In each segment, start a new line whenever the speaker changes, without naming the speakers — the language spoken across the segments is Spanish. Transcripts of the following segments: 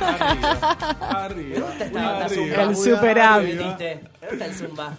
Arriba, arriba,
Está- está
arriba,
zumba.
arriba.
El superávit.
¿Viste? ¿Dónde está el zumba?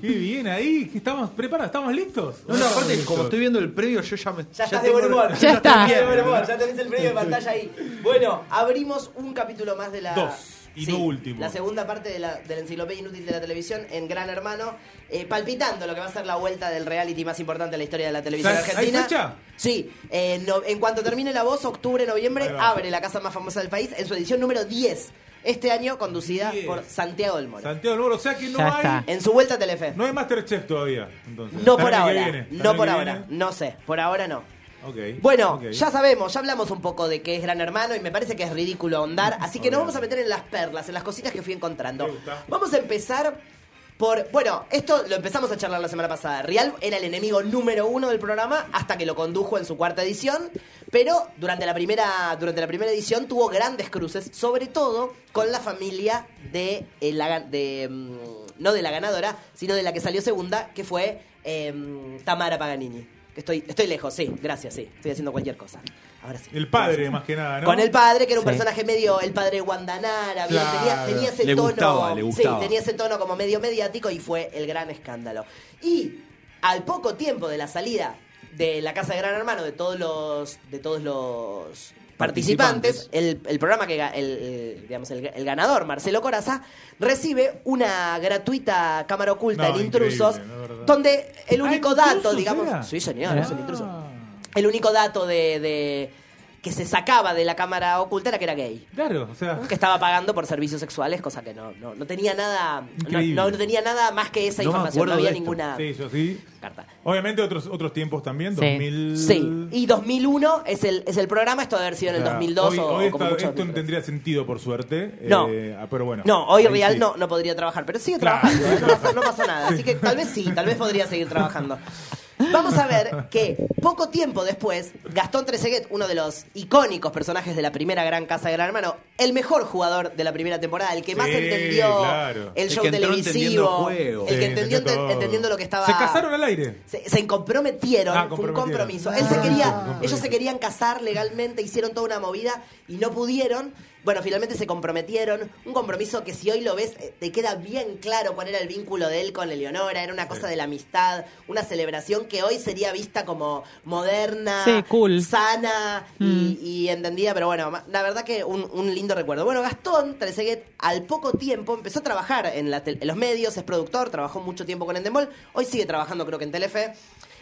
Qué bien ahí, que estamos preparados, estamos listos.
No, no, aparte, como estoy viendo el previo, yo ya me.
Ya, estás de
tengo-
buen humor.
Ya está.
estás de buen humor, Ya tenés el premio de pantalla ahí. Bueno, abrimos un capítulo más de la.
Dos, y no último.
La segunda parte de la, de la enciclopedia inútil de la televisión en Gran Hermano, eh, palpitando lo que va a ser la vuelta del reality más importante de la historia de la televisión
¿Sabes? ¿Hay
argentina.
fecha?
Sí, eh, no- en cuanto termine la voz, octubre, noviembre,
Ahí va.
abre la casa más famosa del país en su edición número 10. Este año conducida
Diez.
por Santiago del Moro.
Santiago Loro, o sea que no
Ya
hay.
está.
en su vuelta a Telefe.
No hay Masterchef todavía. Entonces.
No
Para
por
el año que
ahora.
viene, para
No
el
por
año que
ahora.
viene.
No sé. Por ahora no.
Ok,
Bueno,
ok.
ya sabemos, ya hablamos un poco de qué es Gran Hermano y me parece que es ridículo ahondar, así que nos vamos a meter en las perlas, en las cositas que fui encontrando.
Me gusta.
Vamos a empezar por, bueno, esto lo empezamos a charlar la semana pasada. Real era el enemigo número uno del programa hasta que lo condujo en su cuarta edición, pero durante la primera, durante la primera edición tuvo grandes cruces, sobre todo con la familia de, eh, la, gan- de mm, no de la ganadora, sino de la que salió segunda, que fue em, Tamara Paganini. Estoy, estoy lejos, sí, gracias, sí. Estoy haciendo cualquier cosa. Ahora sí.
El padre,
Gracias.
más que nada, ¿no?
Con el padre, que era un
Sí.
personaje medio el padre de Guandanara, ¿vieron? tenía,
Claro.
tenía ese
Le
tono.
gustaba, le gustaba.
Sí, tenía ese tono como medio mediático y fue el gran escándalo. Y al poco tiempo de la salida de la casa de Gran Hermano de todos los de todos los participantes,
Participantes.
el, el programa que ga- el, eh, digamos el, el ganador Marcelo Coraza recibe una gratuita cámara oculta
No,
en intrusos
increíble, la verdad.
donde el
Ah,
único
¿Intrusos
dato digamos
era?
sí señor
Ah.
es un intruso el único dato de, de- que se sacaba de la cámara oculta era que era gay.
Claro, o sea.
Que estaba pagando por servicios sexuales, cosa que no, no, no tenía nada. No,
Increíble.
no- no tenía nada más que esa
No me
información. No
acuerdo
había
de esto.
ninguna
Sí, yo sí.
carta.
Obviamente otros otros tiempos también,
Sí.
2000.
Sí. Y 2001 es el, es el programa, esto debe haber sido en el
O sea,
2002
hoy,
o,
hoy
o como
esta-
mucho
esto no
2003.
tendría sentido, por suerte.
No.
Eh, ah, pero bueno.
No, hoy
Ahí
Real
sí.
no, no podría trabajar, pero sigue
Claro.
trabajando, ¿eh? no, pasó, no pasó nada. Así que tal vez sí, tal vez podría seguir trabajando. Vamos a ver que poco tiempo después, Gastón Trezeguet, uno de los icónicos personajes de la primera gran casa de Gran Hermano, el mejor jugador de la primera temporada, el que más
Sí,
entendió
claro.
el
El
show
que entró entendiendo
televisivo,
el juego.
el que
Sí,
entendió
entendió todo.
entendiendo lo que estaba
Se casaron al aire.
se, se comprometieron,
Ah,
fue un compromiso.
comprometieron.
Él se
Ah.
quería,
Compromiso.
ellos se querían casar legalmente, hicieron toda una movida y no pudieron. Bueno, finalmente se comprometieron. Un compromiso que si hoy lo ves, eh, te queda bien claro cuál era el vínculo de él con Eleonora. Era una cosa de la amistad, una celebración que hoy sería vista como moderna,
Sí, cool.
sana y-
Mm.
y, entendida. Pero bueno, ma- la verdad que un, un lindo recuerdo. Bueno, Gastón Trezeguet al poco tiempo empezó a trabajar en, la tel- en los medios, es productor, trabajó mucho tiempo con Endemol, hoy sigue trabajando creo que en Telefe,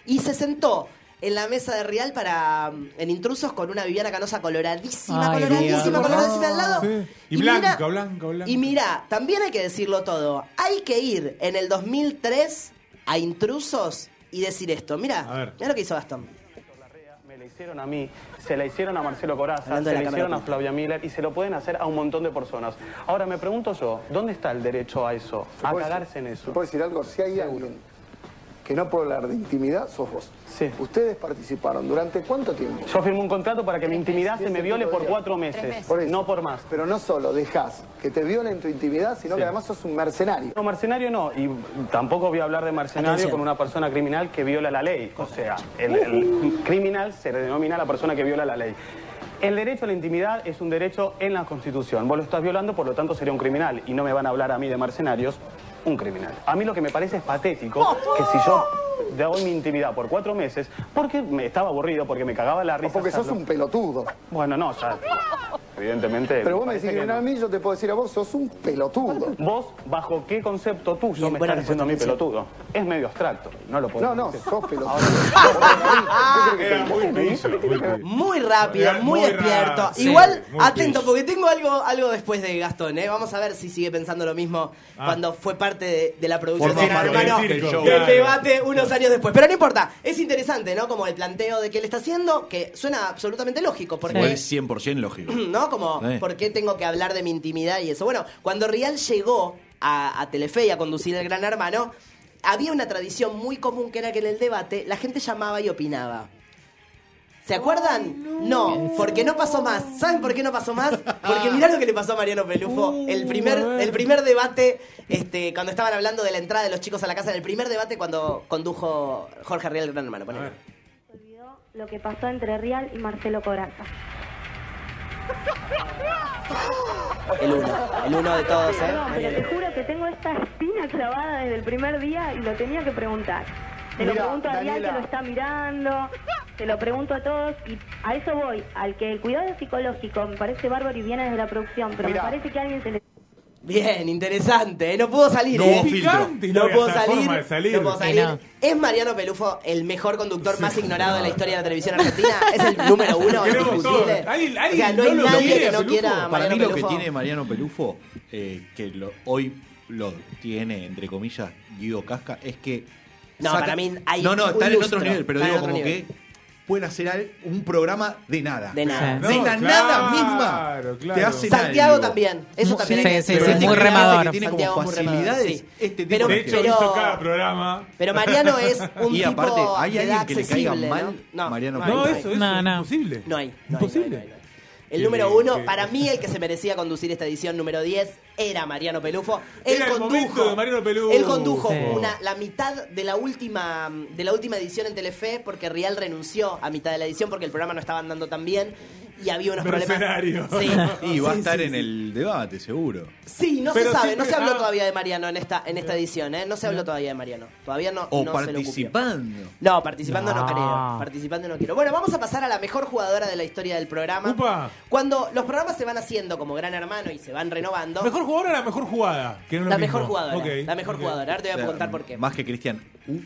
y se sentó en la mesa de Real para mm, en intrusos con una Viviana Canosa coloradísima,
Ay,
coloradísima,
Dios.
coloradísima al lado.
Sí. Y blanca, blanca, blanca.
Y mira, también hay que decirlo todo. Hay que ir en el 2003 a intrusos y decir esto.
A ver.
Mira, mira lo que hizo Gastón.
Me la hicieron a mí, se la hicieron a Marcelo Coraza,
Hablando de
se
la
la
cámara
hicieron a
oculta.
Flavia Miller y se lo pueden hacer a un montón de personas. Ahora me pregunto yo, ¿dónde está el derecho a eso? A
¿Puedo
cagarse en
decir-
eso.
¿Puedo decir algo? Si hay alguien que no puede hablar de intimidad, sos vos.
Sí.
Ustedes participaron. ¿Durante cuánto tiempo?
Yo firmé un contrato para que me intimidase, me viole por cuatro meses,
Por eso.
no por más.
Pero no solo dejás que te violen tu intimidad, sino que además sos un mercenario.
No, mercenario no, y tampoco voy a hablar de mercenario
Atención.
con una persona criminal que viola la ley. O sea, el, el criminal se denomina la persona que viola la ley. El derecho a la intimidad es un derecho en la Constitución. Vos lo estás violando, por lo tanto sería un criminal. Y no me van a hablar a mí de mercenarios, un criminal. A mí lo que me parece es patético que si yo doy mi intimidad por cuatro meses, porque me estaba aburrido, porque me cagaba la
O
risa.
porque sos
hacerlo.
un pelotudo.
Bueno, no, o sea, evidentemente...
Pero vos me
parece
decís
que
que
no.
a mí, yo te puedo decir a vos, sos un pelotudo.
Vos, ¿bajo qué concepto tuyo
Bien,
me
buena
estás diciendo a mí
respuesta,
pelotudo? Es medio abstracto, no lo puedo
No, no,
decir.
sos pelotudo. dice que
Era
te-
muy
me
pillo,
dice que tiene
muy
que ver.
pillo.
Muy rápido,
Era muy
muy, despierto.
rápido, sí,
Igual,
muy
atento,
pillo.
porque tengo algo, algo después de Gastón, ¿eh? Vamos a ver si sigue pensando lo mismo
Ah.
cuando fue parte de, de la producción
Forma
de
parte
hermano
del circo,
del
claro.
debate unos años después. Pero no importa, es interesante, ¿no? Como el planteo de que él está haciendo, que suena absolutamente lógico, porque...
Igual 100% lógico.
¿No? Como,
Sí.
¿por qué tengo que hablar de mi intimidad y eso? Bueno, cuando Rial llegó a, a Telefe y a conducir El Gran Hermano, había una tradición muy común que era que en el debate la gente llamaba y opinaba. ¿Se acuerdan? no. porque no pasó más. ¿Saben por qué no pasó más? Porque mirá lo que le pasó a Mariano Pelufo.
Uh,
el, primer,
a ver.
el primer debate, este, cuando estaban hablando de la entrada de los chicos a la casa, en el primer debate cuando condujo Jorge Rial el Gran Hermano.
A
ponele.
ver.
olvidó lo que pasó entre Rial y Marcelo Coraza.
El uno. El uno de todos, ¿eh?
Perdón, pero te juro que tengo esta espina clavada desde el primer día y lo tenía que preguntar. Te lo
Mira,
pregunto a Rial que
Daniela.
lo está mirando, te lo pregunto a todos y a eso voy, al que el cuidado psicológico me parece bárbaro y viene desde la producción, pero
Mira.
me parece que a alguien se le...
Bien, interesante. ¿eh? No pudo salir.
No
¿eh?
hubo filtro.
Picante,
No
había
puedo
esa
salir,
forma de salir.
no puedo salir. ¿Es Mariano Pelufo el mejor conductor más ignorado de la historia de la televisión argentina? ¿Es el número uno?
Queremos
indiscutible?
todo. ¿Alguien-
o sea,
alguien
no hay
no lo
nadie
quiere
que
a
no
Pelufo?
quiera a
Para
Para
Mariano
mí lo que
Pelufo.
tiene Mariano Pelufo, eh, que lo- hoy lo tiene, entre comillas, Guido Casca, es que...
No, para mí hay
No, no,
un
están en
lustro,
otro nivel, pero
están en
digo
otro
como
nivel.
que pueden hacer al- un programa de nada.
De nada.
No,
de la
claro,
nada misma.
claro.
Te hacen
Santiago
algo.
también. Eso
Mu-
también.
sí,
hay que
sí,
Pero
sí,
decirlo.
hay
muy
gente
remador.
Que tiene como
Santiago muy remador,
facilidades
sí.
este tipo
Pero-
De
de
hecho,
gente.
hizo cada programa.
Pero Mariano es un
Y
tipo
aparte, ¿hay
de
alguien
edad
que le caiga
accesible,
mal?
¿no? No,
Mariano
no hay,
No,
no hay.
eso, eso.
No, no.
Imposible.
No hay. No hay,
Imposible.
no hay, no hay, no hay. El
Qué
número
bien,
uno,
qué-
para mí el que se merecía conducir esta edición número 10 era Mariano Pelufo. Él
Era el
condujo,
momento de Mariano Pelufo.
Él condujo
Sí.
una, la mitad de la última de la última edición en Telefe porque Rial renunció a mitad de la edición porque el programa no estaba andando tan bien y había unos problemas.
Mercenario.
Sí.
Y va a
Sí,
estar
sí,
en
sí.
el debate, seguro.
Sí, no
Pero
se sabe,
siempre-
no se habló
ah.
todavía de Mariano en esta en esta edición, ¿eh? No se habló todavía de Mariano. Todavía no
O
no se lo cupió.
participando.
No, participando no.
No.
creo. Participando no quiero. Bueno, vamos a pasar a la mejor jugadora de la historia del programa.
Upa.
Cuando los programas se van haciendo como Gran Hermano y se van renovando,
¿Mejor jugadora o la mejor jugada? Que no es lo
la
mismo.
mejor jugadora.
Ok,
La mejor
ok.
jugadora. Ahora te voy a
O sea,
contar por qué.
Más que Cristian. Uh,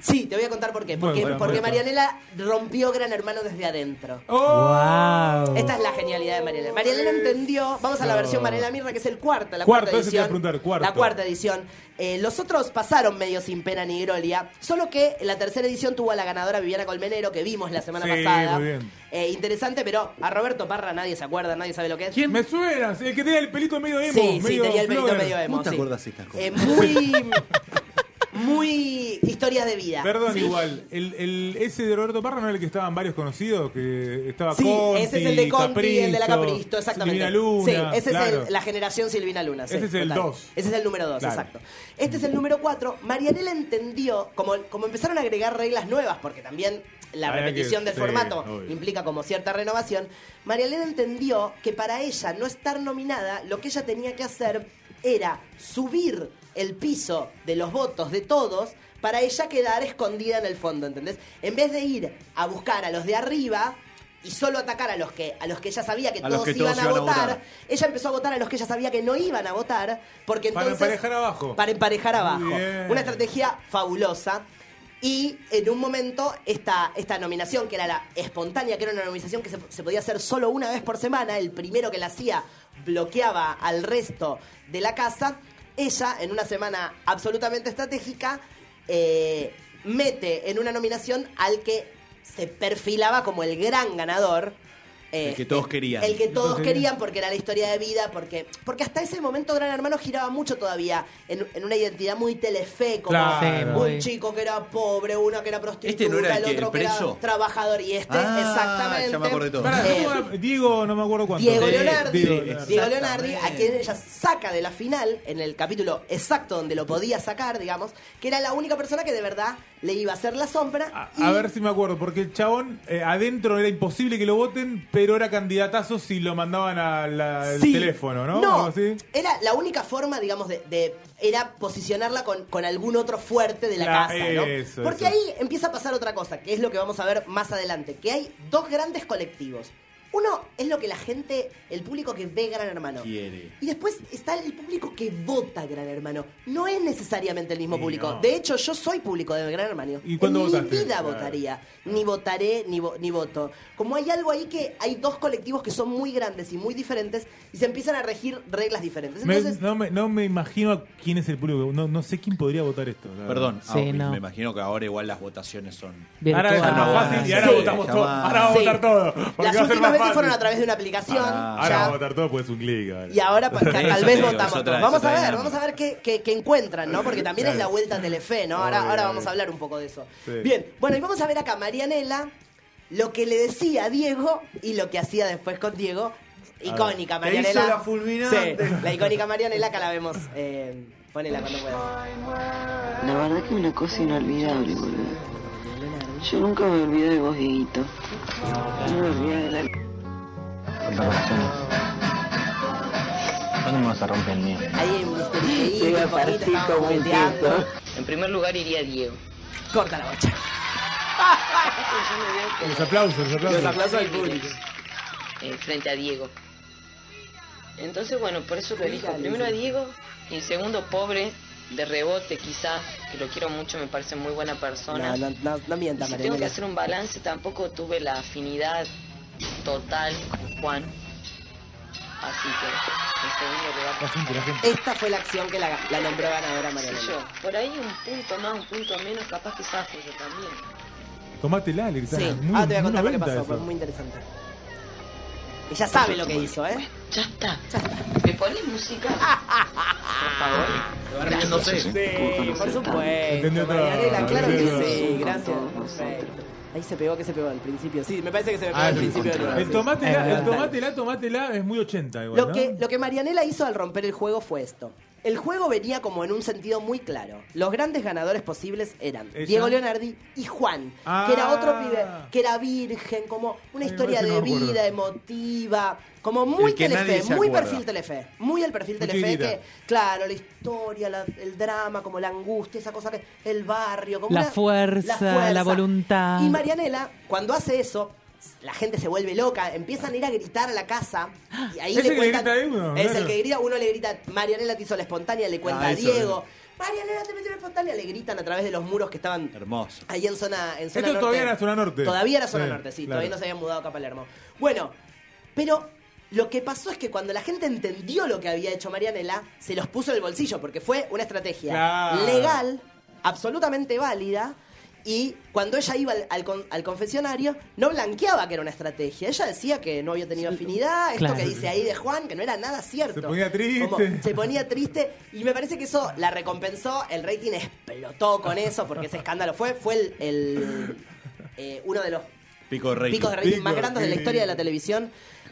Sí, te voy a contar por qué. Porque,
Bueno, bueno,
porque
bueno.
Marianela rompió Gran Hermano desde adentro.
¡Oh!
Esta es la genialidad de Marianela. Marianela entendió. Vamos a la
No.
versión Marianela Mirra, que es el cuarta, la
Cuarto,
cuarta
eso te iba
edición.
a preguntar, cuarto.
La cuarta edición. Eh, los otros pasaron medio sin pena ni gloria. Solo que la tercera edición tuvo a la ganadora Viviana Colmenero, que vimos la semana
Sí,
pasada.
muy bien.
Eh, interesante, pero a Roberto Parra nadie se acuerda, nadie sabe lo que es.
Me suena, el que tenía el pelito medio emo.
Sí, sí,
medio
tenía el pelito
flogger.
medio emo.
¿Cómo te
sí.
acordás de estas cosas?
Eh, muy. muy. historias de vida.
Perdón,
Sí.
igual. El, el, ese de Roberto Parra no era el que estaban varios conocidos, que estaba
Sí,
Conti,
ese es el de Conti, el de la
Capristo,
Capristo, exactamente.
Silvina Luna,
sí, ese
claro.
es el- la generación Silvina Luna. sí,
Ese es el
total.
dos.
Ese es el número 2,
Claro.
exacto. Este es el número 4. Marianela entendió, como, como empezaron a agregar reglas nuevas, porque también la
Había que-
repetición del
sí,
formato
obvio.
implica como cierta renovación, Marianela entendió que para ella no estar nominada, lo que ella tenía que hacer era subir el piso de los votos de todos para ella quedar escondida en el fondo, ¿entendés? En vez de ir a buscar a los de arriba y solo atacar a los que a los que ella sabía que
A los
todos
que
iban,
todos
a,
iban a
votar,
votar.
ella empezó a votar a los que ella sabía que no iban a votar, porque
Para
entonces
emparejar abajo.
para emparejar abajo.
Muy bien.
Una estrategia fabulosa. Y en un momento, esta, esta nominación, que era la espontánea, que era una nominación que se, se podía hacer solo una vez por semana, el primero que la hacía bloqueaba al resto de la casa, ella, en una semana absolutamente estratégica, eh, mete en una nominación al que se perfilaba como el gran ganador. eh,
El que todos querían.
El que todos
Entonces,
querían porque era la historia de vida, porque, porque hasta ese momento Gran Hermano giraba mucho todavía en, en una identidad muy telefe, como
Claro.
un
Sí,
chico que era pobre, uno que era prostituta,
¿Este no era el que-
otro
el
que
preso?
era trabajador, y este,
Ah,
exactamente.
ya me acordé todo.
Pará,
Eh,
¿cómo era? Diego, no me acuerdo cuánto.
Diego
Sí,
Leonardi,
sí,
Diego
exactamente.
Leonardi, a quien ella saca de la final, en el capítulo exacto donde lo podía sacar, digamos, que era la única persona que de verdad le iba a hacer la sombra.
A,
y-
a ver si me acuerdo, porque el chabón eh, adentro era imposible que lo voten, pero era candidatazo si lo mandaban al
Sí.
teléfono, ¿no?
No,
Algo así.
era la única forma, digamos, de, de- era posicionarla con, con algún otro fuerte de la,
La-
casa, ¿no?
eso,
Porque
eso.
ahí empieza a pasar otra cosa, que es lo que vamos a ver más adelante, que hay dos grandes colectivos. Uno es lo que la gente, el público que ve Gran Hermano.
Quiere.
Y después está el público que vota Gran Hermano. No es necesariamente el mismo
Y
público.
no.
De hecho, yo soy público de Gran Hermano.
¿Y cuándo
en
votaste?
mi vida
Claro.
votaría. Ni votaré, ni, vo- ni voto. Como hay algo ahí que hay dos colectivos que son muy grandes y muy diferentes y se empiezan a regir reglas diferentes.
Me-
Entonces,
no, me, no me imagino a quién es el público. No, no sé quién podría votar esto. la verdad.
Perdón, ah,
Sí,
me-
no.
me imagino que ahora igual las votaciones son.
Ahora es
Virtual.
más
Ah,
fácil y ahora
sí,
votamos
ya
todo.
va.
Ahora vamos
Sí.
a votar todo. porque va a
las
ser
últimas
más
veces
fácil.
fueron a través de una aplicación.
Ah.
Ahora
ya-
vamos a votar todo porque es un clic. ahora.
Y ahora pa-
Sí,
tal
sí,
vez
sí,
votamos.
es otra-
todos.
es
vamos a
otra
ver,
dinámica.
vamos a ver qué, qué- qué encuentran, ¿no? Porque también es la
Claro.
vuelta en Telefe, ¿no?
Obvio,
Ahora, ahora vamos
obvio.
a hablar un poco de eso.
Sí.
Bien, bueno, y vamos a ver acá Marianela, lo que le decía a Diego y lo que hacía después con Diego. Icónica
Te hizo
Marianela.
la fulminante.
Sí, la icónica Marianela, acá la vemos. Eh, ponela cuando puedas.
La verdad que una cosa inolvidable, boludo. Yo nunca me olvidé de vos, Dieguito. No me olvidé de la...
¿Cuándo me vas a romper el mío?
Ahí hay un misterio. un poquito, estábamos volteando.
En primer lugar iría Diego.
Corta la bocha.
Los aplausos, los aplausos.
Los aplausos del público.
eh, frente a Diego. Entonces, bueno, por eso lo elijo. Primero a Diego y segundo, pobre, de rebote quizá, que lo quiero mucho, me parece muy buena persona.
No, no, no, no
Y
mientas,
si tengo que
Marianela.
hacer un balance, tampoco tuve la afinidad total con Juan. Así que, en segundo lugar,
La gente, la gente.
Esta fue la acción que la, la nombró ganadora
qué sé
Marianela.
yo, por ahí un punto más, un punto menos, capaz que saco yo también.
Tomátela, le gritás.
Sí,
Muy-
ahora Ah, te voy
muy
a contar lo que
90
pasó,
eso.
fue muy interesante. Ella sabe lo que hizo, ¿eh?
Ya está. ¿Me pones música? Por favor.
Sí,
Sí, por
Entendió
supuesto.
todo,
Marianela, claro que
entendió
sí,
todo.
gracias.
Con todos
perfecto. Ahí se pegó, que se pegó al principio. Sí, me parece que se me pegó
Ah,
al
sí.
principio de nuevo.
El
Es
tomátela, el
verdad.
tomátela, tomátela es muy 80 igual,
Lo
¿no?
que, lo que Marianela hizo al romper el juego fue esto. El juego venía como en un sentido muy claro. Los grandes ganadores posibles eran
Ella.
Diego Leonardi y Juan,
Ah.
que era otro pibe, que era virgen, como una
Eh,
historia
ese
de
no me acuerdo.
vida emotiva, como muy
El que nadie
Telefe,
se
muy
acuerda.
perfil Telefe, muy el perfil
Muy
Telefe
chiquitita.
que, claro, la historia, la- el drama, como la angustia, esa cosa que el barrio, como
La
una-
fuerza, la voluntad.
Y Marianela, cuando hace eso, la gente se vuelve loca, empiezan a ir a gritar a la casa y ahí
Es el
le
que
cuentan-
grita ahí uno,
es
claro.
el que grita, uno le grita, Marianela te hizo la espontánea, le cuenta
Ah,
a
eso,
Diego. Marianela te metió la espontánea, le gritan a través de los muros que estaban
Hermoso.
ahí en zona, en
Esto
zona norte.
todavía era zona norte.
Todavía era zona
Sí,
norte, sí,
claro.
todavía no se habían mudado acá a Palermo. Bueno, pero lo que pasó es que cuando la gente entendió lo que había hecho Marianela, se los puso en el bolsillo, porque fue una estrategia
Claro.
legal, absolutamente válida. Y cuando ella iba al, al con- al confesionario, no blanqueaba que era una estrategia. Ella decía que no había tenido afinidad, esto
Claro.
que dice ahí de Juan, que no era nada cierto.
Se ponía triste.
se ponía triste. Y me parece que eso la recompensó, el rating explotó con eso, porque ese escándalo fue, fue el, el, eh, uno de los
Pico de rey.
picos de rating
Pico,
más grandes de la
sí. Ah.
historia de la televisión.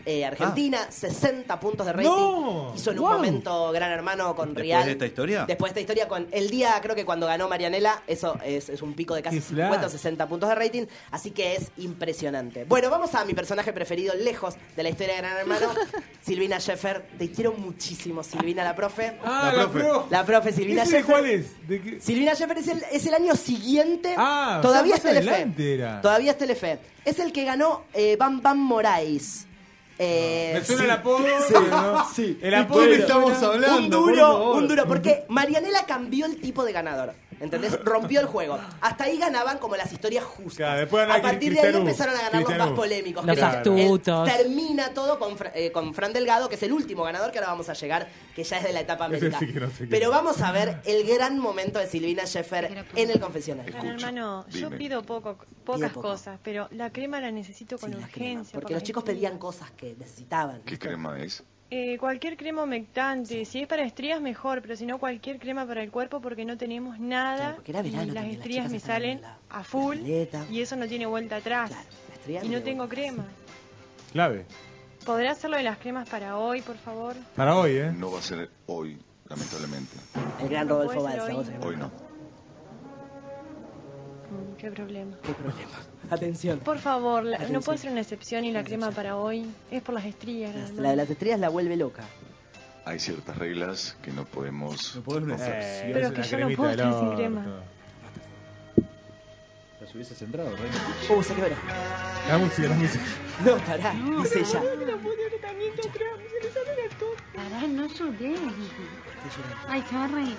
eh, Argentina, 60 puntos de rating.
¡No!
Hizo en un
¡Guau!
momento Gran Hermano con
¿Después
Real.
de esta historia?
Después de esta historia, con el día creo que cuando ganó Marianela, eso es, es un pico de casi
Qué flash.
50 o 60 puntos de rating. Así que es impresionante. Bueno, vamos a mi personaje preferido lejos de la historia de Gran Hermano, Silvina Sheffer. Te quiero muchísimo, Silvina, la profe.
Ah,
La
la,
profe.
profe.
La profe Silvina
¿Ese de
Sheffer.
cuál es? ¿De qué?
Silvina Sheffer es el, es el año siguiente.
Ah,
todavía
o
es
sea, más
Telefe.
adelante era.
E. Todavía es Telefe. Es el que ganó eh, Bam Bam Morais. Eh,
Ah, Me suena
sí.
el apodo.
Sí.
pero no.
Sí.
El
¿De
apodo.
quién
me
estamos
suena-
hablando?
un
por
duro,
favor.
un duro, porque Marianela cambió el tipo de ganador. ¿Entendés? Rompió el juego. Hasta ahí ganaban como las historias justas.
Claro, después ganaba
a partir de
Cristian
ahí
Hugo.
empezaron a ganar los
Cristian
más
Hugo.
polémicos.
Los
que era-
astutos.
él Termina todo con, Fra- eh, con Fran Delgado, que es el último ganador que ahora vamos a llegar, que ya es de la etapa
Ese
américa.
sí que no sé qué.
Pero vamos a ver el gran momento de Silvina Sheffer en el confesionario.
hermano, yo pido poco,
Pido
pocas
poco.
cosas, pero la crema la necesito con
Sí, la crema,
urgencia.
porque
para
los chicos
estrías.
pedían cosas que necesitaban.
crema es?
Eh, cualquier crema humectante, si es para estrías mejor, pero si no cualquier crema para el cuerpo porque no tenemos
Claro,
nada
porque era verano
y las
también, las
estrías
chicas
me
estaban
salen
en la-
a full
la pileta.
y eso no tiene vuelta atrás.
Claro, las estrías
y
no
no
tienen
tengo
vuelta
crema.
Clave.
¿Podrá hacerlo de las cremas para hoy, por favor?
Para hoy, ¿eh?
No va a ser hoy, lamentablemente.
El gran Rodolfo
Puede ser
Balsa.
hoy.
vos sabés.
Hoy no.
Mm, qué problema.
Qué problema. Atención.
Por favor, la-
Atención.
no puede ser una excepción y la crema para hoy es por las estrías. nada
La de
más.
las estrellas la vuelve loca.
Hay ciertas reglas que no podemos...
No puedo ver una
Eh,
excepción.
Pero que
una
yo no
cremita
puedo
del
estar sin
orto.
crema.
Las hubieses entrado, rey.
Uh, se quebró.
La música, la música.
No, pará, dice ella.
Pará, no lloré. Ay, se va a reír.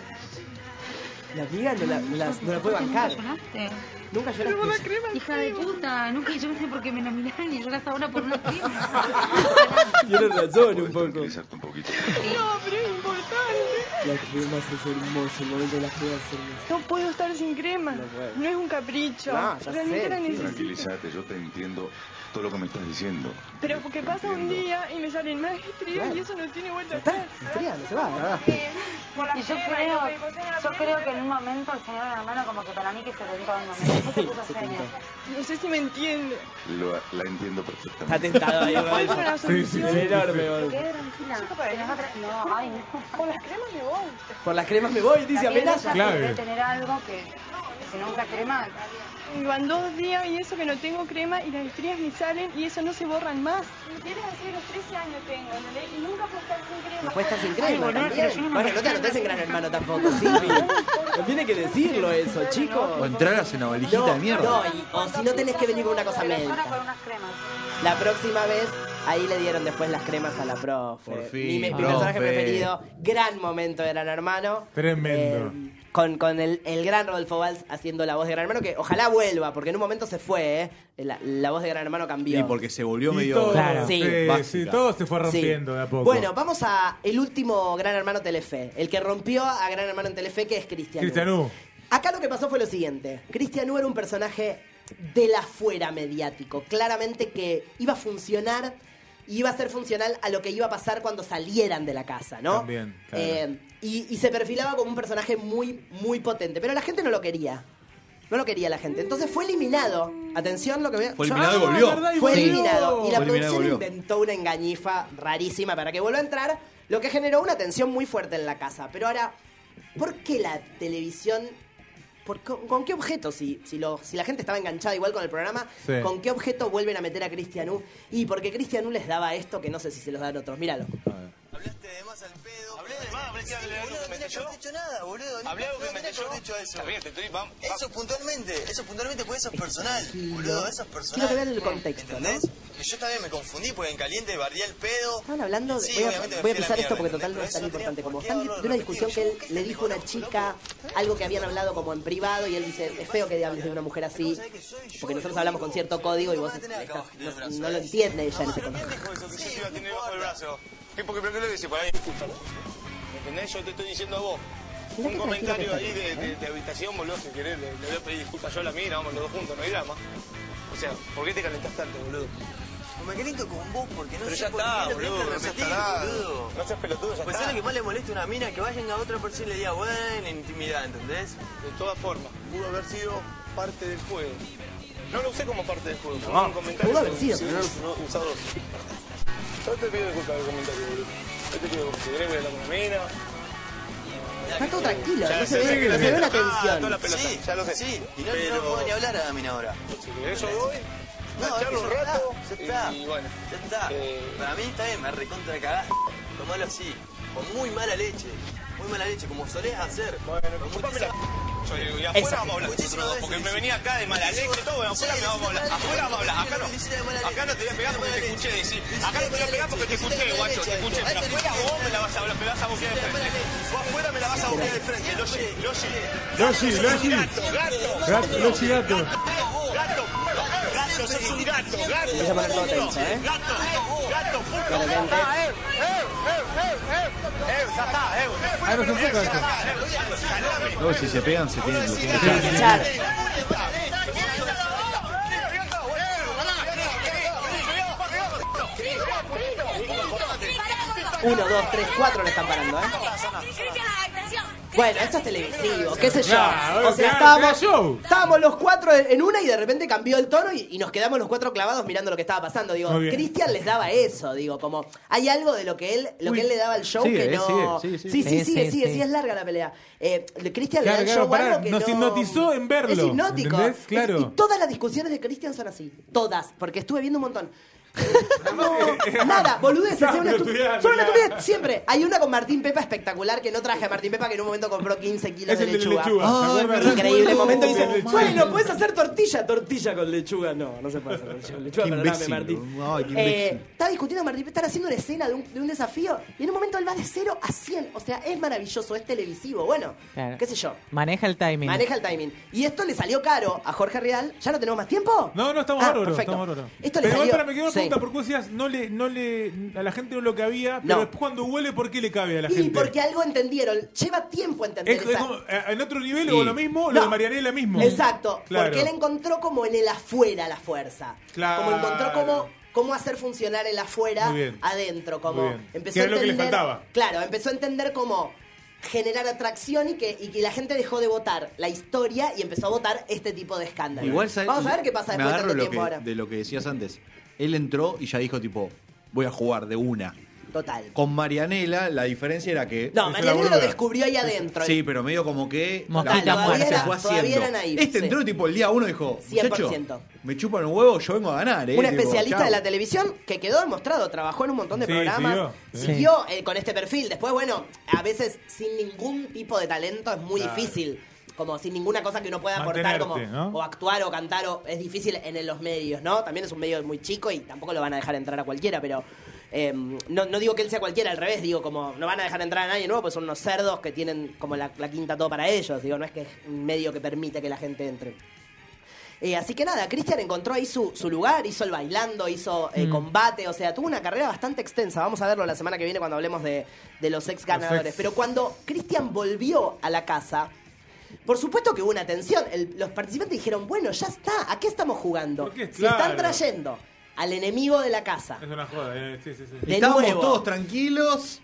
La amiga no la, no la- no la puede bancar.
¿Lloraste?
Nunca lloraste.
Hija de puta, nunca lloraste porque me nominaron y lloras ahora por una crema.
Tienes razón un poco.
No, pero es importante.
Las cremas es hermoso, el momento de las cremas es hermoso.
No puedo estar sin crema.
No puedo.
No es un capricho.
No,
ya
Realmente
sé,
la
sí.
necesito.
Tranquilízate, yo te entiendo todo lo que me estás diciendo.
Pero porque pasa un día y me salen más estrías
Claro.
y eso no tiene vuelta
está,
atrás.
Estría, no se va, ¿verdad?
Y yo creo, yo creo que en un momento el señor de la mano como que para mí que se tentó en un momento. Se puso seria.
No sé si me entiende.
Lo- la entiendo perfectamente.
Está tentado ahí,
Voy
Rodolfo.
por la
Sí, sí, sí,
solución.
sí, enorme,
Me
Rodolfo.
quedé tranquila. Pero nosotras-
No, ay, no.
Con las cremas me voy.
Por las cremas me voy, dice
También
amenaza.
ella debe tener algo que, que si no usa crema,
Y Van dos días y eso que no tengo crema y las estrías me salen y eso no se borran más. Me quieres hacer los 13 años tengo, Y nunca puedo estar sin crema.
Después estás sin crema también. Bueno, no te anotés en Gran Hermano tampoco, sí. No tiene que decirlo eso,
O
chicos.
entraras en una valijita
No,
de mierda.
no, y- o si no tenés que venir con una cosa médica. La próxima vez, ahí le dieron después las cremas a la profe.
Por fin,
mi, mi
profe.
personaje preferido, gran momento de Gran Hermano. Eh,
Tremendo.
Con, con el, el gran Rodolfo Valls haciendo la voz de Gran Hermano, que ojalá vuelva, porque en un momento se fue, ¿eh? La, la voz de Gran Hermano cambió.
Y porque se volvió
Y
medio.
todo, sí,
básica.
sí, todo se fue rompiendo de a poco.
Bueno, vamos a el último Gran Hermano Telefe. El que rompió a Gran Hermano en Telefe, que es Cristian. Hugo.
Cristian U.
Acá lo que pasó fue lo siguiente. Cristian U era un personaje de la fuera mediático. Claramente que iba a funcionar y iba a ser funcional a lo que iba a pasar cuando salieran de la casa, ¿no?
También, claro.
Eh, y, y se perfilaba como un personaje muy, muy potente. Pero la gente no lo quería. No lo quería la gente. Entonces fue eliminado. Atención lo que voy a-
Fue
Yo- ah,
eliminado y volvió.
¿verdad?
Sí.
Fue eliminado. Y la
Fue eliminado y
producción
volvió.
inventó una engañifa rarísima para que vuelva a entrar, lo que generó una tensión muy fuerte en la casa. Pero ahora, ¿por qué la televisión por- con, con qué objeto? Si, si, lo- si la gente estaba enganchada igual con el programa,
Sí.
¿con qué objeto vuelven a meter a Cristian U? Y porque Cristian U les daba esto que no sé si se los dan otros. Míralo.
Hablé algo que me cayó. Está bien, te estoy- vamos,
Eso puntualmente, eso puntualmente, pues eso es personal,
Tranquilo.
boludo, eso es
Quiero
personal.
que vean el contexto, ¿no?
¿Entendés? Que yo también me confundí porque en caliente barría el pedo.
Estaban hablando, de,
Sí,
voy,
obviamente
a,
me
voy a
fui a la
pisar esto
mierda,
porque total no
¿entendés?
es tan
Pero eso
importante como están, de una discusión que él le dijo a una chica, algo que habían hablado como en privado y él dice, es feo que hables de una mujer así, porque nosotros hablamos con cierto código y vos estás- no, no lo entiende ella en ese contexto.
dijo eso que yo te iba a tener bajo el brazo? ¿Qué, porque, ¿Por qué lo dice por ahí? ¿Entendés? Yo te estoy diciendo a vos.
Mirá
Un
qué
comentario
tranquilo
ahí
que
de,
está,
de-
¿eh?
de habitación, boludo, si querés, le, le voy a pedir disculpas yo a la mía, vamos los dos juntos, no hay drama. O sea, ¿por qué te calentás tanto, boludo?
Pues Me caliento con vos porque no
Pero
sé
ya
por
está,
qué lo tenés
boludo,
que
no seas
repetir,
tarado.
boludo.
No seas pelotudo, ya
Pues es
está.
lo que más le molesta a una mina que vayan a otra persona y le diga, bueno, intimidad, ¿entendés?
De todas formas, pudo haber sido parte del juego. No lo usé como parte del juego, fue
Ah,
No,
un comentario.
pudo haber sido,
sobre-
pero
sobre- usador. Yo te pido disculpas del comentario, boludo. Yo te pido disculpas, si querés voy a hablar con la mina.
Está todo tranquilo,
Ya,
no se
ya,
ve, no
ya,
se ve
ya.
una
Ah, toda la
tensión.
pelota, ya lo sé. Sí,
Y no, no puedo ni hablar a la mina ahora.
Si querés, yo voy.
No, es que
charlo un
ya
rato.
está, ya está.
Y bueno. eh,
Ya está. Para mí está bien, me recontra cagaste. Tomalo así, con muy mala leche. Muy mala leche, como solés hacer. Bueno,
chupame la Yo digo, y afuera vamos a hablar nosotros dos, porque me venía acá de mala leche y todo, y afuera me vamos a hablar. Afuera vamos a hablar, acá no. Acá no te voy a pegar porque te escuché decir. Acá no te voy a pegar porque te escuché, guacho, te escuché. Pero afuera vos me la vas a me la vas a boquear de frente. Vos afuera me la vas a boquear de frente, lo llegué, lo llegué.
Yoshi, Yoshi.
Gato, gato.
Gato, Yoshi Gato.
Gato, gato, sos un gato, gato.
Empieza a poner todo tenso, ¿eh?
Gato, gato, puto.
De repente.
Ah, eh, eh, eh, eh, eh, eh, ya está, eh.
Ah, no se enfoca esto. No, si se pegan, se tienen. lo tienen que hacer.
Uno, dos, tres, cuatro le están parando, ¿eh? Bueno, esto es televisivo, qué sé yo.
Nah, claro,
o sea, estábamos,
era show.
estábamos los cuatro en en una y de repente cambió el tono y, y nos quedamos los cuatro clavados mirando lo que estaba pasando. Digo,
Muy bien.
Cristian les daba eso, digo, como hay algo de lo que él, lo
Uy.
que él le daba al show
Sigue,
que
eh,
no.
sigue, sigue,
sí,
sigue.
sí,
Sí,
sigue,
sí,
sigue,
sí.
sí, es larga la pelea. Eh, Cristian
Claro,
le da al
claro,
show
pará,
algo que
nos
no-
hipnotizó en verlo,
Es hipnótico.
¿entendés? Claro.
Y todas las discusiones de Cristian son así, todas, porque estuve viendo un montón. No, nada, boludeces,
Ya,
es una
eh, pero
estu-
estudiando,
son una
ya.
estupidez. Siempre. Hay una con Martín Pepa espectacular que no traje a Martín Pepa que en un momento compró 15 kilos
Es
de
el de
lechuga.
lechuga, ¿te
Ay,
Ah,
acuerdas?
increíble
Recuerdo
momento. Dice,
de lechuga.
bueno, puedes hacer tortilla, tortilla con lechuga. No, no se puede hacer tortilla con lechuga,
Qué
perdóname,
imbécil,
Martín.
boludo. Ay, qué
Eh,
imbécil.
estaba discutiendo con Martín Pepa, estaban haciendo una escena de un, de un desafío y en un momento él va de 0 a 100. O sea, es maravilloso, es televisivo. Bueno,
Claro.
qué sé yo.
Maneja el timing.
Maneja el timing. Y esto le salió caro a Jorge Rial. ¿Ya no tenemos más tiempo?
No, no, estamos
Ah,
bárbaros.
perfecto.
Estamos bárbaros.
Esto le
pero
salió-
espera, me quedó una
Sí.
pregunta. ¿Por qué decías no le, no le, a la gente no lo que había? Pero
No.
después cuando huele, ¿por qué le cabe a la
y
gente?
porque algo entendieron. Lleva tiempo entender
Es- es
esa-
como, eh, en otro nivel
Sí.
o lo mismo,
No.
Oh, lo de Marianela mismo.
Exacto.
Claro.
Porque él encontró como en el afuera la fuerza.
Claro.
Como encontró cómo, cómo hacer funcionar el afuera
Muy bien.
adentro. Como
Muy bien.
empezó
Que
a
era lo que
entender.
le faltaba.
Claro, empezó a entender cómo generar atracción y que, y que la gente dejó de votar la historia y empezó a votar este tipo de escándalo.
Igual ¿sabes?
Vamos a ver qué pasa
Me
después de
agarro
tanto
lo
tiempo
que,
ahora.
de lo que decías antes. Él entró y ya dijo tipo, voy a jugar de una.
Total.
Con Marianela la diferencia era que...
No,
Marianela
Marianela lo descubrió ahí adentro.
Sí, pero medio como que
Mosquita
la
muerta.
se fue
Todavía
haciendo.
era naif,
este
sí.
entró tipo el día uno dijo,
100%.
"Muchacho, me chupan un huevo, yo vengo a ganar. ¿eh?
Un
Tipo,
especialista
chau.
de la televisión que quedó demostrado, trabajó en un montón de
Sí,
programas,
siguió.
siguió eh, con este perfil. Después, bueno, a veces sin ningún tipo de talento es muy
Claro.
difícil. Como sin ninguna cosa que uno pueda aportar, como
Mantenerte, ¿no?
o actuar o cantar, o es difícil en los medios, ¿no? También es un medio muy chico y tampoco lo van a dejar entrar a cualquiera, pero eh, no, no digo que él sea cualquiera, al revés, digo, como no van a dejar entrar a nadie nuevo, pues son unos cerdos que tienen como la, la quinta todo para ellos, digo, no es que es un medio que permite que la gente entre. Eh, así que nada, Cristian encontró ahí su, su lugar, hizo el bailando, hizo el
Mm.
combate, o sea, tuvo una carrera bastante extensa. Vamos a verlo la semana que viene cuando hablemos de, de los ex ganadores.
ex.
Pero cuando Cristian volvió a la casa, por supuesto que hubo una tensión. El- los participantes dijeron, bueno, ya está, ¿a qué estamos jugando?
qué?
Si están
Claro.
trayendo al enemigo de la casa,
Es una joda. eh, sí, sí, sí.
de
Estábamos
nuevo,
todos tranquilos.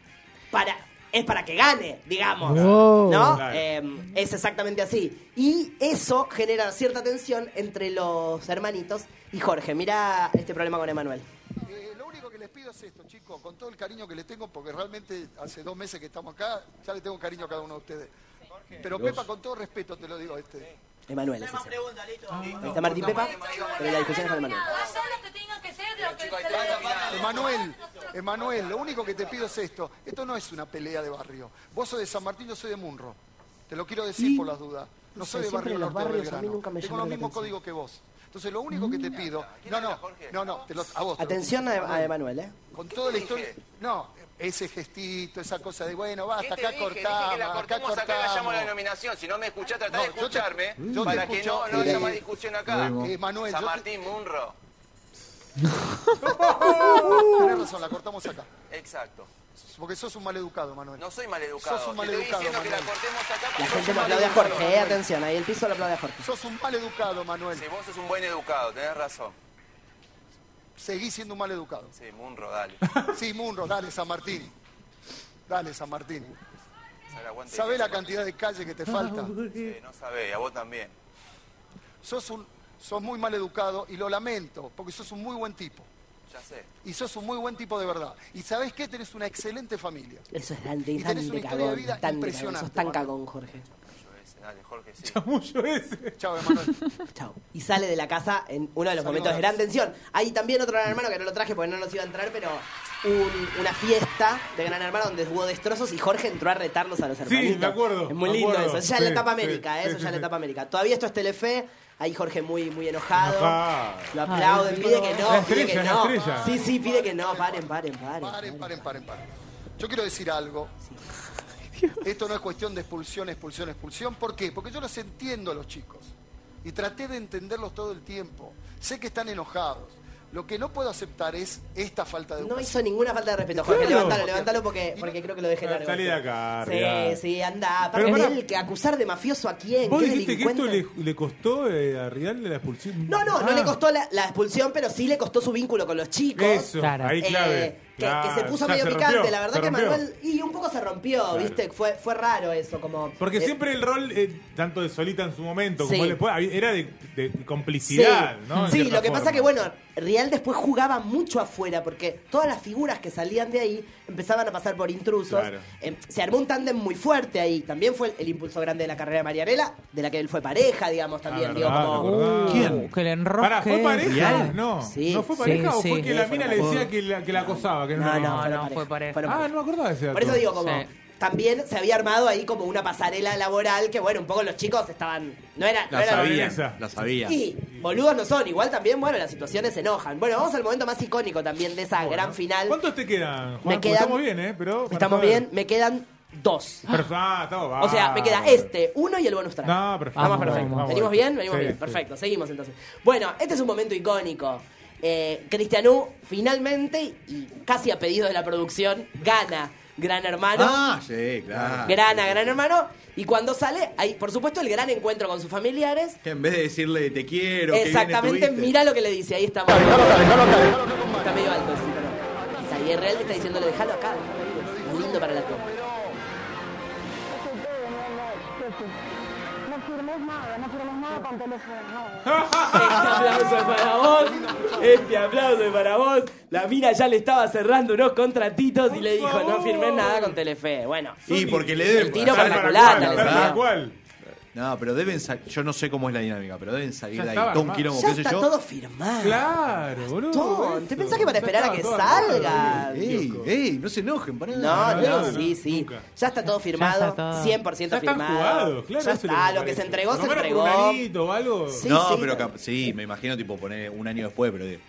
para, es para que gane, digamos.
Wow.
¿No?
Claro.
Eh, es exactamente así. Y eso genera cierta tensión entre los hermanitos y Jorge. Mira este problema con Emanuel.
Eh, lo único que les pido es esto, chicos, con todo el cariño que les tengo, porque realmente hace dos meses que estamos acá, ya le tengo cariño a cada uno de ustedes. Pero
Dios.
Pepa, con todo respeto te lo digo, este.
Emanuel. Es ese. Ahí está Martín Pepa, pero la discusión es con Emanuel.
Emanuel, Emanuel, lo único que te pido es esto. Esto no es una pelea de barrio. Vos sos de San Martín, yo soy de Munro. Te lo quiero decir por las dudas. No
No
soy
sé,
de
siempre
barrio
los
norte de
barrios a
Belgrano.
mí nunca me
Tengo los
llamaron la
mismos
atención.
códigos que vos. Entonces lo único que te pido, no, no, no, no, te lo- a vos. te lo-
Atención a, a Emanuel, ¿eh?
Con toda la historia. No, ese gestito, esa cosa de bueno, basta,
¿Qué te
acá
dije? Dije que la
cortamos, acá
cortemos acá, gallamos la
cortamos.
denominación. Si no me escuchás, tratá de
No, yo te-
escucharme
yo te
para que
escucho.
no, no
Mira,
haya más
eh,
discusión
nos
acá.
vemos.
Eh, Manuel,
San
yo te-
Martín Munro.
Tenés razón, la cortamos acá.
Exacto.
Porque sos un maleducado, Manuel.
No soy maleducado.
Sos un
Te estoy
maleducado,
diciendo que la
Manuel.
cortemos acá
La
porque sos
gente
un
lo aplaude a
maleducado,
Jorge, ¿eh?
Manuel.
Atención, ahí el piso lo aplaude a Jorge.
Sos un maleducado, Manuel.
Si vos sos un buen educado, tenés razón.
Seguís siendo un maleducado.
Sí, Munro, dale.
Sí, Munro, dale, San Martín. Dale, San Martín.
Sale, aguante.
¿Sabés la cantidad de calle que te falta?
Sí, no sabés, y a vos también.
Sos, un, sos muy maleducado y lo lamento, porque sos un muy buen tipo.
Ya sé.
Y sos un muy buen tipo de verdad. ¿Y sabés qué? Tenés una excelente familia.
Eso es tan, de-
Y
tan
tenés una
de
historia de
cagón,
vida
tan de cagón.
impresionante,
Sos tan
Manuel.
cagón, Jorge.
Yo ese, dale, Jorge, sí.
Chamullo ese.
Chao, Emanuel.
Chao. Y sale de la casa en uno de los
Saludos.
momentos de gran tensión. Hay también otro gran hermano que no lo traje porque no nos iba a entrar, pero un- una fiesta de gran hermano donde hubo destrozos y Jorge entró a retarlos a los hermanos.
me acuerdo,
Es muy
me
lindo
acuerdo.
eso. Ya
Sí,
en la etapa
sí,
América, ¿eh?
sí,
eso
sí,
ya en la
sí.
etapa América. Todavía esto es Telefe. Ahí Jorge muy, muy enojado.
Enojado.
Lo aplauden,
Ay,
pide que no,
la
pide que
estrella, la
no.
estrella.
Sí, sí, pide que no. Paren, paren, paren.
Paren, paren, paren, paren. Yo quiero decir algo. Esto no es cuestión de expulsión, expulsión, expulsión. ¿Por qué? Porque yo los entiendo a los chicos. Y traté de entenderlos todo el tiempo. Sé que están enojados. Lo que no puedo aceptar es esta falta de
No
educación.
hizo ninguna falta de respeto, Jorge.
Claro. Ah,
Levántalo, levántalo porque, porque creo que lo dejé largo.
Salí de acá,
Sí,
Rial.
sí, anda.
Pero
Aparte de
pará.
él, que acusar de mafioso a quién,
¿Vos
qué
dijiste que esto
delincuente.
le, le costó eh, a Rial la expulsión?
No, no, no
Ah,
le costó la, la expulsión, pero sí le costó su vínculo con los chicos.
Eso,
Claro.
ahí clave.
Eh, que, que se
Claro,
puso
ya
medio
se
picante.
rompió,
la verdad
se
que
rompió.
Manuel. Y un poco se rompió, ¿viste? Fue, fue raro eso, como.
Porque
eh,
siempre el rol, eh, tanto de Solita en su momento
Sí.
como después, había- era de, de complicidad,
sí.
¿no? En
Sí,
cierta
lo que pasa
forma.
que, bueno, Real después jugaba mucho afuera, porque todas las figuras que salían de ahí empezaban a pasar por intrusos.
Claro.
Eh, se armó un tándem muy fuerte ahí. También fue el, el impulso grande de la carrera de Marianela, de la que él fue pareja, digamos, también.
Ah,
digo, como-
¿Quién?
Que le enroje.
Pará, ¿fue pareja?
Real.
No.
Sí,
¿No fue
sí,
pareja o
sí.
fue que la
Sí,
mina
fue
le decía
pareja.
que la, que la acosaba? Que no,
No,
la-
no, no,
fue pareja.
Fueron
Ah, no me acordaba de ese dato.
Por eso digo, como
Sí.
también se había armado ahí como una pasarela laboral que, bueno, un poco los chicos estaban. No era. no
La
era
sabía, la sabía.
Y boludos no son. Igual también, bueno, las situaciones se enojan. Bueno, vamos al momento más icónico también de esa gran final.
¿Cuántos te quedan, Juan?
Me quedan-
Estamos bien, ¿eh? Pero para
Estamos
saber.
bien, me quedan dos.
Perfecto. Ah, estamos
O sea, me queda
bárbaros.
este, uno y el bonus track.
No, perfecto.
Vamos,
Vamos,
perfecto.
vamos.
¿Venimos bien? Venimos
Sí,
bien.
sí.
Perfecto, seguimos entonces. Bueno, este es un momento icónico. Eh, Cristianú finalmente, y casi a pedido de la producción, gana Gran Hermano.
Ah, sí, claro.
Grana, Gran Hermano. Y cuando sale, hay, por supuesto, el gran encuentro con sus familiares.
Que en vez de decirle te quiero, qué bien
Exactamente,
estuviste.
mira lo que le dice. Ahí estamos. Está medio alto, sí, pero. O sea, y el Real le está diciéndole, déjalo acá. Es lindo para la toma.
No firmes nada, no firmes nada con teléfono, no.
Este aplauso es para vos. Este aplauso es para vos. La mina ya le estaba cerrando unos contratitos y le dijo, no firmé nada con Telefe. Bueno.
Y porque le deben
El tiro por
pasar
la
para
culata.
cuál,
le
¿verdad?
sacó.
No, pero deben salir. Yo no sé cómo es la dinámica, pero deben salir
Ya
de ahí.
estaba
Todo un
armado.
quilombo,
Ya
qué sé
está
yo.
todo firmado.
Claro, boludo.
Gastón, ¿Te pensás que van a
Ya
esperar a
estaba
que
todo
salga?
armado,
Ey, ey, no se enojen, pará.
No,
No,
no,
no,
sí, sí. Ya está todo
Ya
firmado,
está todo.
100%
Ya están
firmado.
jugados, claro. eso
Ya
es me
está, lo que
parece.
se entregó,
Por
se
lo menos por
entregó.
Un anito o algo.
Sí,
no,
sí.
pero cap- sí, me imagino tipo poner un año después, pero de-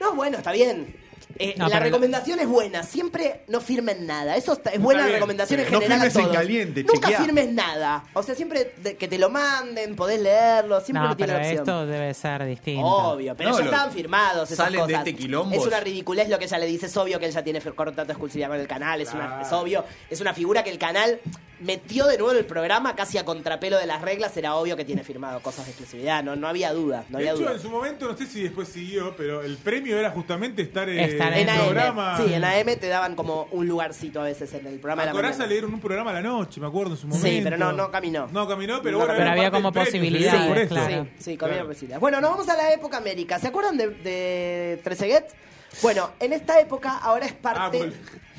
No, bueno, está bien. Eh,
No,
la
pero-
recomendación es buena, siempre no firmen nada. Eso está- es buena
bien,
recomendación en
pero no
general. a
firmes en
todos.
caliente,
Nunca
chequeá.
firmes nada. O sea, siempre de- que te lo manden, podés leerlo, siempre
No,
tiene
pero
opción.
esto debe ser distinto.
Obvio, pero ya estaban firmados esas
salen de
cosas.
este quilombo.
Es una ridiculez lo que ella le dice. Es obvio que él ya tiene fir- contrato exclusividad con el canal. Es, una, es obvio. Es una figura que el canal metió de nuevo en el programa casi a contrapelo de las reglas. Era obvio que tiene firmado cosas de exclusividad. No, no había duda. No
de
había
hecho,
duda.
en su momento, no sé si después siguió, pero el premio era justamente estar, eh,
Estar
en el
En AM.
programa.
Sí, en AM te daban como un lugarcito a veces en el programa de
A
la
Coraza
mañana.
le dieron un programa a la noche, me acuerdo en su momento.
Sí, pero no, no caminó.
No caminó, pero
No
bueno,
caminó.
era
Pero había
parte
como
del premio,
posibilidades,
se dio por eso.
claro. Sí, comía
Claro.
posibilidades. Bueno, nos vamos a la época América. ¿Se acuerdan de, de Trezeguet? Bueno, en esta época ahora es
Ah,
parte.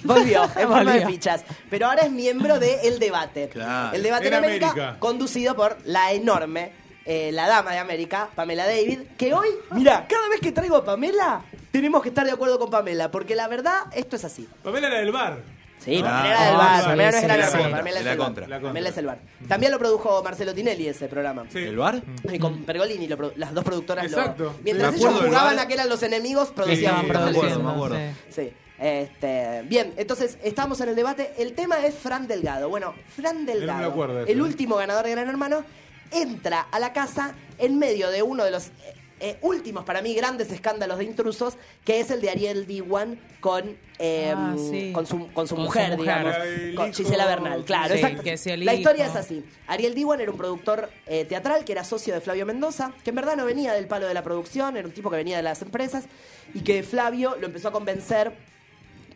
Volvió, en forma de
Volvió.
fichas. Pero ahora es miembro de El Debate.
Claro.
El Debate en
En
América,
América.
conducido por la enorme, eh, la dama de América, Pamela David, que hoy, mira, cada vez que traigo a Pamela, tenemos que estar de acuerdo con Pamela, porque la verdad, esto es así.
Pamela era del bar.
Sí,
Ah,
Pamela era del bar,
sí,
Pamela no es
sí,
la
sí,
Narcoma,
sí.
Pamela es
La
el
contra.
bar.
La contra.
Pamela es el bar. También lo produjo Marcelo Tinelli ese programa.
¿El bar?
Mm.
Y con Pergolini, lo produ- las dos productoras
Exacto.
lo. Mientras
Me
ellos
acuerdo del
jugaban
bar.
a que eran los enemigos,
estaban
producían Pergolini.
produciendo, me acuerdo, me acuerdo.
Sí. Este, bien, entonces estamos en el debate. El tema es Fran Delgado. Bueno, Fran Delgado,
me acuerdo de eso,
el
¿eh?
último ganador de Gran Hermano, entra a la casa en medio de uno de los eh, eh, últimos, para mí, grandes escándalos de intrusos, que es el de Ariel Diwan con, eh,
Ah, sí.
con, su, con su
Con su
mujer,
mujer.
digamos,
El
con
hijo-
Gisela Bernal. Claro,
Sí,
exacto.
que es el
La historia es
hijo.
así. Ariel Diwan era un productor eh, teatral que era socio de Flavio Mendoza, que en verdad no venía del palo de la producción, era un tipo que venía de las empresas, y que Flavio lo empezó a convencer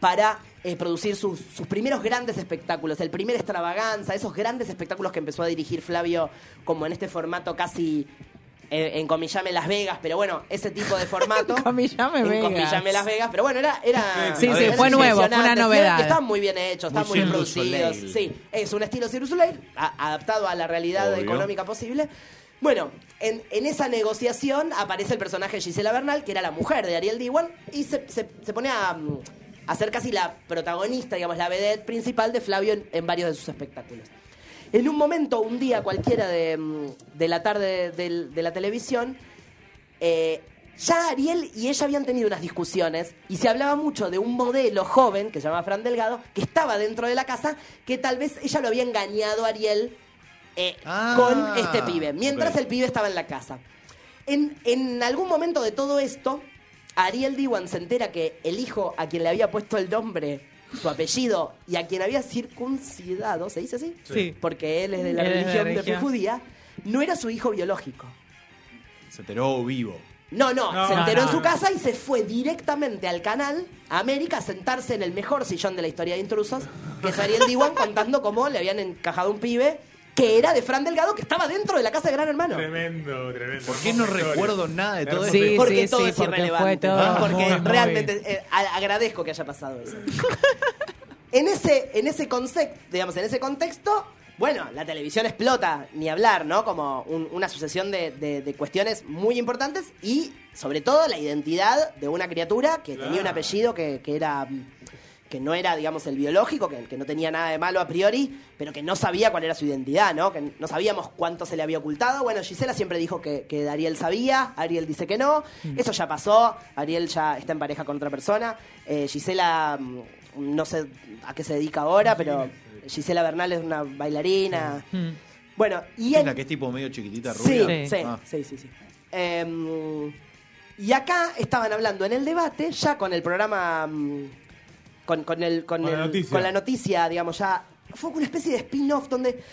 para eh, producir sus, sus primeros grandes espectáculos, el primer extravaganza, esos grandes espectáculos que empezó a dirigir Flavio como en este formato casi en, en Comillame Las Vegas, pero bueno, ese tipo de formato.
Comillame
en
Vegas.
Comillame Las Vegas, pero bueno, era... era
Sí, sí,
era
fue nuevo, fue una
impresionante,
novedad.
Estaban muy bien hechos, estaban muy,
Muy
bien
Cirque du
producidos.
Soleil.
Sí, es un estilo Cirque du Soleil, a- adaptado a la realidad
Obvio.
económica posible. Bueno, en, en esa negociación aparece el personaje de Gisela Bernal, que era la mujer de Ariel Diwan, y se, se- se pone a, mm, a ser casi la protagonista, digamos, la vedette principal de Flavio en, en varios de sus espectáculos. En un momento, un día cualquiera de, mm, de la tarde del- de, la televisión, eh, ya Ariel y ella habían tenido unas discusiones y se hablaba mucho de un modelo joven que se llamaba Fran Delgado, que estaba dentro de la casa, que tal vez ella lo había engañado a Ariel eh, con este pibe, mientras
ok.
el pibe estaba en la casa. En, en algún momento de todo esto, Ariel Diwan se entera que el hijo a quien le había puesto el nombre, su apellido y a quien había circuncidado, ¿se dice así?
Sí.
Porque él es de la
Él es de la
religión de fe
religión.
judía, no era su hijo biológico.
se enteró vivo.
No, no,
No,
se
no,
enteró
no,
en su
no.
casa y se fue directamente al canal a América a sentarse en el mejor sillón de la historia de intrusos, que es Ariel Diwan contando cómo le habían encajado un pibe que era de Fran Delgado, que estaba dentro de la casa de Gran Hermano.
Tremendo, tremendo.
¿Por qué no recuerdo nada de todo
Hermosa
esto?
historia.
porque todo es
porque fue
irrelevante. Ah,
todo
¿no? porque
muy, muy-
realmente eh, a- agradezco que haya pasado eso. en ese, en ese concepto, digamos, en ese contexto, bueno, la televisión explota, ni hablar, ¿no? Como un- una sucesión de, de- de cuestiones muy importantes y, sobre todo, la identidad de una criatura que tenía un
Claro.
apellido que, que era mm, que no era, digamos, el biológico, que, que no tenía nada de malo a priori, pero que no sabía cuál era su identidad, ¿no? Que no sabíamos cuánto se le había ocultado. Bueno, Gisela siempre dijo que, que Ariel sabía, Ariel dice que no, eso ya pasó, Ariel ya está en pareja con otra persona, Eh, Gisela mm, no sé a qué se dedica ahora, pero Gisela Bernal es una bailarina. Bueno, y
Es
en-
la que es tipo medio chiquitita,
Sí,
rubia.
sí,
Ah.
sí, sí, sí. Em, y acá estaban hablando en el debate, ya con el programa, mm, con, con el, con,
Con la
el-
noticia.
con la noticia, digamos, ya fue una especie de spin-off donde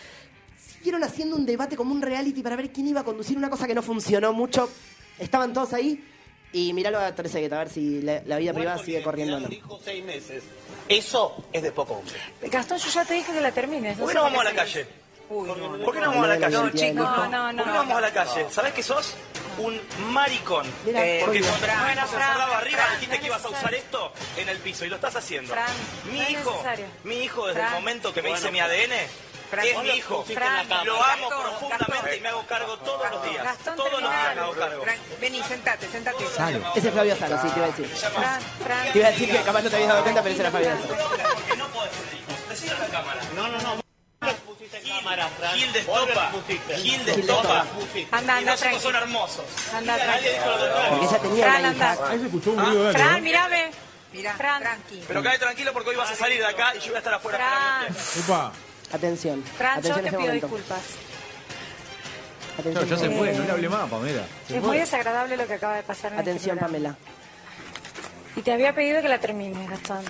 siguieron haciendo un debate como un reality para ver quién iba a conducir una cosa que no funcionó mucho. Estaban todos ahí y miralo a Trezeguet a ver si la, la vida privada sigue corriendo o no.
seis meses. Eso es de poco hombre.
Gastón, yo ya te dije que la termines.
¿Por qué no vamos a la calle?
Uy, no,
¿Por qué no vamos a la calle?
No, chicos, no, no,
¿Por qué no vamos a la calle? ¿Sabés que sos? Un maricón.
Mira,
Eh, porque
oye.
cuando te
Bueno,
puso
Fran,
cerrado arriba
Fran,
dijiste
no
que ibas a
es
usar esto en el piso y lo estás haciendo.
Fran,
mi
no es
hijo,
necesario.
mi hijo desde el
Fran.
momento que me hice
Bueno,
mi ADN
Fran,
es
vos
mi
lo
hijo.
pusiste en la cama.
Lo amo
Gastón,
profundamente y me hago cargo todos los días.
Gastón,
todos los días me
terminalo.
hago cargo.
Fran, vení, sentate, sentate.
Ese es Flavio Salo, sí, te iba a decir.
Fran, Fran.
Te iba a decir que capaz no te habías dado cuenta, pero ese era Flavio Salo.
Decilo a la cámara.
No, no, no.
Gil destopa. Gil destopa.
Anda,
Y
anda,
nosotros
tranqui.
son hermosos.
Anda,
Mira, nadie dijo lo contrario.
Porque ella tenía
Fran,
una hija.
anda.
Ahí se escuchó
Ah,
un ruido de algo,
Fran,
¿eh?
mirame. Mirá, Fran, tranqui.
Pero cae tranquilo porque hoy vas a salir de acá y yo voy a estar afuera.
Fran,
Upa.
Atención.
Fran, yo
atención en
te
este
pido
momento.
disculpas.
No,
Atención
ya
en
se
este
fue,
momento.
no le hable más, Pamela. Se fue.
Es muy desagradable lo que acaba de pasar. en este
Atención, Pamela.
programa. Y te había pedido que la termines, Gastón.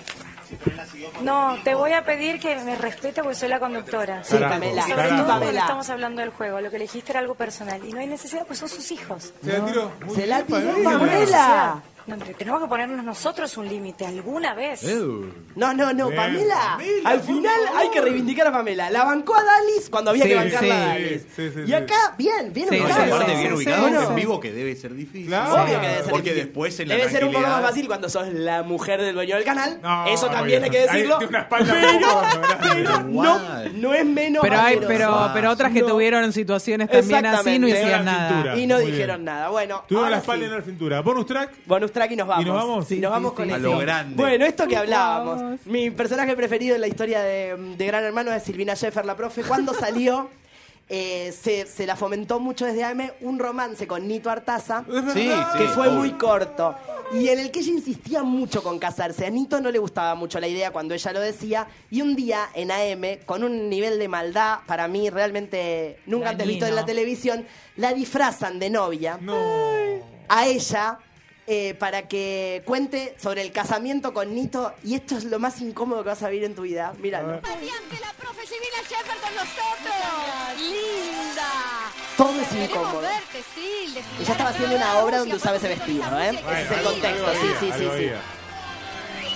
No, te voy a pedir que me respete porque soy la conductora.
Sí, Carajo, Pamela,
Sobre
carajo.
todo cuando
Pamela.
estamos hablando del juego. Lo que elegiste era algo personal. Y no hay necesidad porque son sus hijos.
Se la tiró. Muy
Se la
bien,
tiró
Pamela.
Pamela.
No, pero tenemos que ponernos nosotros un límite alguna vez.
No, no, no,
Bien.
Pamela.
Pamela,
Al
por
final
favor.
hay que reivindicar a Pamela. La bancó a Dalis cuando había
Sí,
que bancarla
sí,
a Dalis.
sí, sí,
y
sí.
acá, bien, bien
Sí,
No, y
ubicado.
aparte bien
sí,
ubicado
sí,
en
sí.
vivo que debe ser difícil.
Claro.
Obvio que debe ser
Porque
difícil.
después en la
Debe ser un poco más
tranquilidad-
fácil cuando sos la mujer del dueño del canal.
No,
Eso
no,
también
no.
hay que decirlo.
Ahí tiene una espalda
pero,
un poco, ¿verdad?
pero no,
Igual.
no es menos
Pero hay,
asqueroso.
pero, pero otras que
No.
tuvieron situaciones también así no
Exactamente.
hicieron
Tengan
nada.
cintura.
Y no
Muy
dijeron
bien.
nada. Bueno,
Tuvieron
ahora
la espalda
sí.
en la cintura. Bonus track.
Bonus track y nos vamos.
¿Y nos vamos?
Sí,
Sí,
nos
sí,
vamos
sí.
con
A
eso.
lo grande.
Bueno, esto que hablábamos.
Vamos.
Mi personaje preferido en la historia de, de Gran Hermano es Silvina Sheffer, la profe. Cuando salió, eh, se, se la fomentó mucho desde AM un romance con Nito Artaza
Sí, sí,
que fue
obvio.
muy corto. Y en el que ella insistía mucho con casarse. A Nito no le gustaba mucho la idea cuando ella lo decía. Y un día en AM, con un nivel de maldad para mí realmente nunca antes visto en la
Dañino.
televisión, la disfrazan de novia
No.
a ella eh, para que cuente sobre el casamiento con Nito. Y esto es lo más incómodo que vas a vivir en tu vida. Míralo.
que la profe Silvina Sheffer con nosotros. Linda.
Todo es
Queremos
incómodo.
verte, Sil. desfilar
Ella estaba
en
haciendo
cada
una obra donde
música,
usaba ese
por
vestido,
supuesto,
¿eh?
música
Ese es
que
el
Bueno,
se
contexto,
algo
sí,
había,
sí, sí,
algo
sí.
había.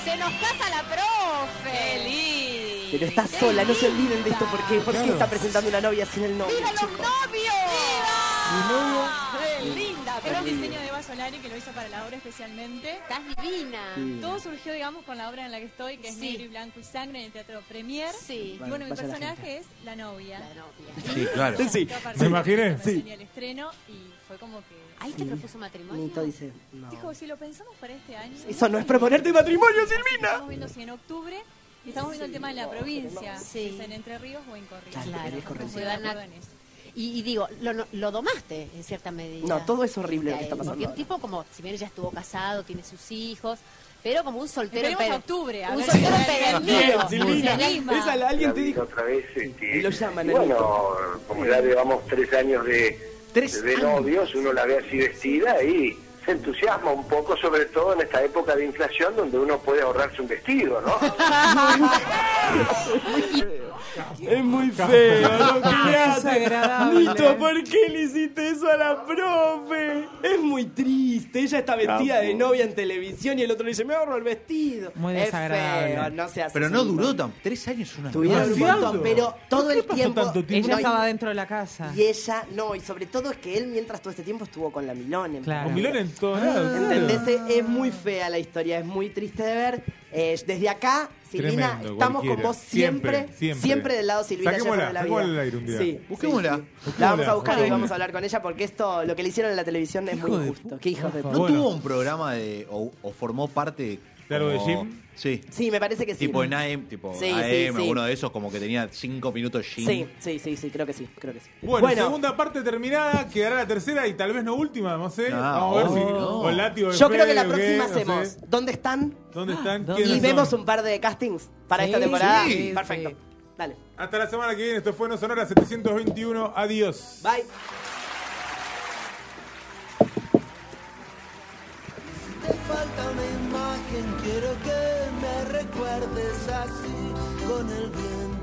Se nos casa la profe. Qué lindo.
Pero está sola, no se olviden de esto porque ¿por qué está presentando una novia sin el novio,
¡Viva los
chicos?
novios! ¡Viva! Ah, linda!
Pero
Pero
un
un
Lindo.
diseño de Basolari que lo hizo para la obra especialmente. ¡Estás divina!
Sí.
Todo surgió, digamos, con la obra en la que estoy, que es Negro y Blanco y Sangre en el Teatro Premier. Sí. Y bueno, mi
Vaya la
personaje es la novia. La novia.
Sí, claro.
Sí,
¿Me imaginé?
Sí.
Sí.
el estreno y fue como que... ¿Ahí te propuso matrimonio?
Nito dice, no.
Dijo, si lo pensamos para este año...
Eso no es proponerte matrimonio,
Estamos
Silvina.
viendo si en octubre y estamos viendo el tema de la provincia, si es en Entre Ríos o en Corrientes.
Claro, Claro, en Corrientes.
Estamos de acuerdo en eso.
Y, y digo, lo, no- lo domaste en cierta medida.
No, todo es horrible lo que está
Porque
pasando.
un tipo como, si bien ya estuvo casado, tiene sus hijos, pero como un soltero...
Esperemos
empeder-
a octubre, a
Un
ver
soltero
si
empedernido.
Bien, Silvina.
Se anima.
Esa la- alguien te dijo.
otra vez. Este,
Y lo llaman
y
a
bueno, como ya llevamos tres años de,
Tres
de
años.
novios, uno la ve así vestida y se entusiasma un poco, sobre todo en esta época de inflación donde uno puede ahorrarse un vestido, ¿no?
Es muy feo, lo
Desagradable.
que Nito, ¿por qué le hiciste eso a la profe? Es muy triste. Ella está vestida de novia en televisión y el otro le dice, me ahorro el vestido.
Muy
Es desagradable. feo, no se hace
Pero
eso,
no
Nico.
duró tan. Tres años una
Tuvieron un
novia.
montón, pero todo el
pasó
tiempo.
tanto tiempo? Ella
No, y-
estaba dentro de la casa.
Y ella, no, y sobre todo es que él mientras todo este tiempo estuvo con la Milone.
Claro.
Con Milone en todos
Ah,
lados, claro.
¿Entendés? Es- Es muy fea la historia, es muy triste de ver. Eh, desde acá, Silvina,
Tremendo,
estamos
cualquiera.
con vos siempre,
Siempre,
siempre,
siempre.
del lado Silvina.
Saquémosla,
Yerba de la vida.
saquémosla al aire un día.
Sí,
Busquémosla.
sí, sí. La vamos a buscar y
Busquémosla.
vamos a hablar con ella porque esto, lo que le hicieron en la televisión es
Hijo
muy
de
injusto. Qué hijos de
Ah,
¿No
puta.
tuvo un programa de. o, o formó parte de.
¿De algo de
como-
gym?
Sí.
Sí, me parece que sí.
Tipo en AM, tipo
Sí, sí,
AM,
sí.
uno de esos como que tenía cinco minutos gym.
Sí, sí, sí, sí, creo que sí, creo que sí.
Bueno, segunda parte terminada, quedará la tercera y tal vez no última, no sé.
No,
Vamos a ver si
no.
con látigo de
Yo creo
Fede
que la
o qué,
próxima
no sé.
hacemos. ¿Dónde están?
¿Dónde están?
Y
¿Quiénes son?
vemos un par de castings para
Sí,
esta temporada.
sí,
Perfecto.
sí.
Dale.
Hasta la semana que viene, esto fue No Sonora 721. Adiós.
Bye.
Te falta una imagen, quiero que me recuerdes así, con el viento.